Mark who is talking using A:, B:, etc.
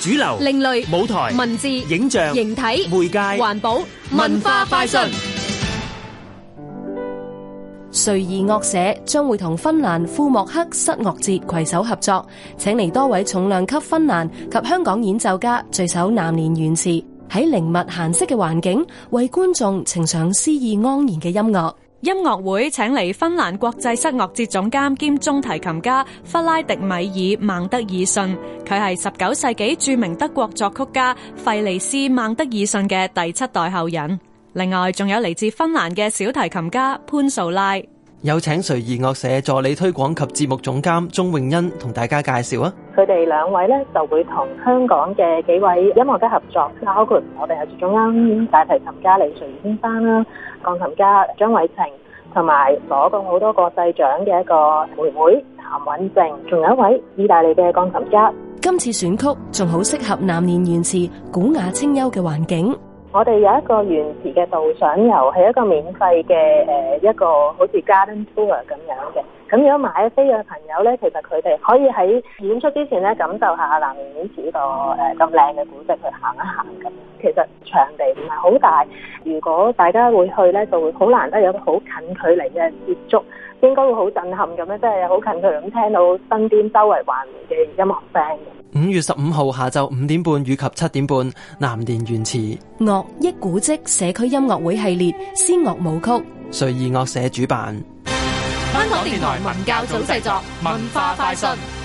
A: 主流、
B: 另類
A: 舞台、
B: 文字
A: 影像、
B: 形體
A: 媒介、
B: 環保文化快訊。
C: 瑞兒樂社將會同芬蘭庫莫克室樂節攜手合作，請嚟多位重量級芬蘭及香港演奏家聚首南蓮園池，喺靈物閒適嘅環境，為觀眾呈上詩意盎然嘅音樂。
D: 音樂會請嚟芬蘭國際室樂節總監兼中提琴家弗拉迪米爾孟德爾遜，佢係十九世紀著名德國作曲家費利斯孟德爾遜嘅第七代後人。另外，仲有嚟自芬蘭嘅小提琴家潘素拉。
E: 有請隨意樂社助理推廣及節目總監鐘永欣同大家介紹啊！
F: 佢哋兩位咧就會同香港嘅幾位音樂家合作，包括我哋係最中央大提琴家李瑞先生啦，鋼琴家張偉晴，同埋攞過好多國際獎嘅一個妹妹譚允靜，仲有一位意大利嘅鋼琴家。
C: 今次選曲仲好適合南蓮園池古雅清幽嘅環境。
F: 我哋有一個原始嘅導賞遊，係一個免費嘅誒一個好似 garden tour 咁樣嘅。咁如果買飛嘅朋友咧，其實佢哋可以喺演出之前咧，感受下南面演池呢個誒咁靚嘅古蹟去行一行咁。其實場地唔係好大，如果大家會去咧，就會好難得有個好近距離嘅接觸，應該會好震撼咁樣，即係好近距離咁聽到身邊周圍環迴嘅音樂聲。
E: 五月十五號下晝五點半以及七點半，南蓮園池
C: 樂益古蹟社區音樂會系列先樂舞曲。
E: 隨意樂社主辦。
B: 香港電台文教組製作文化快訊。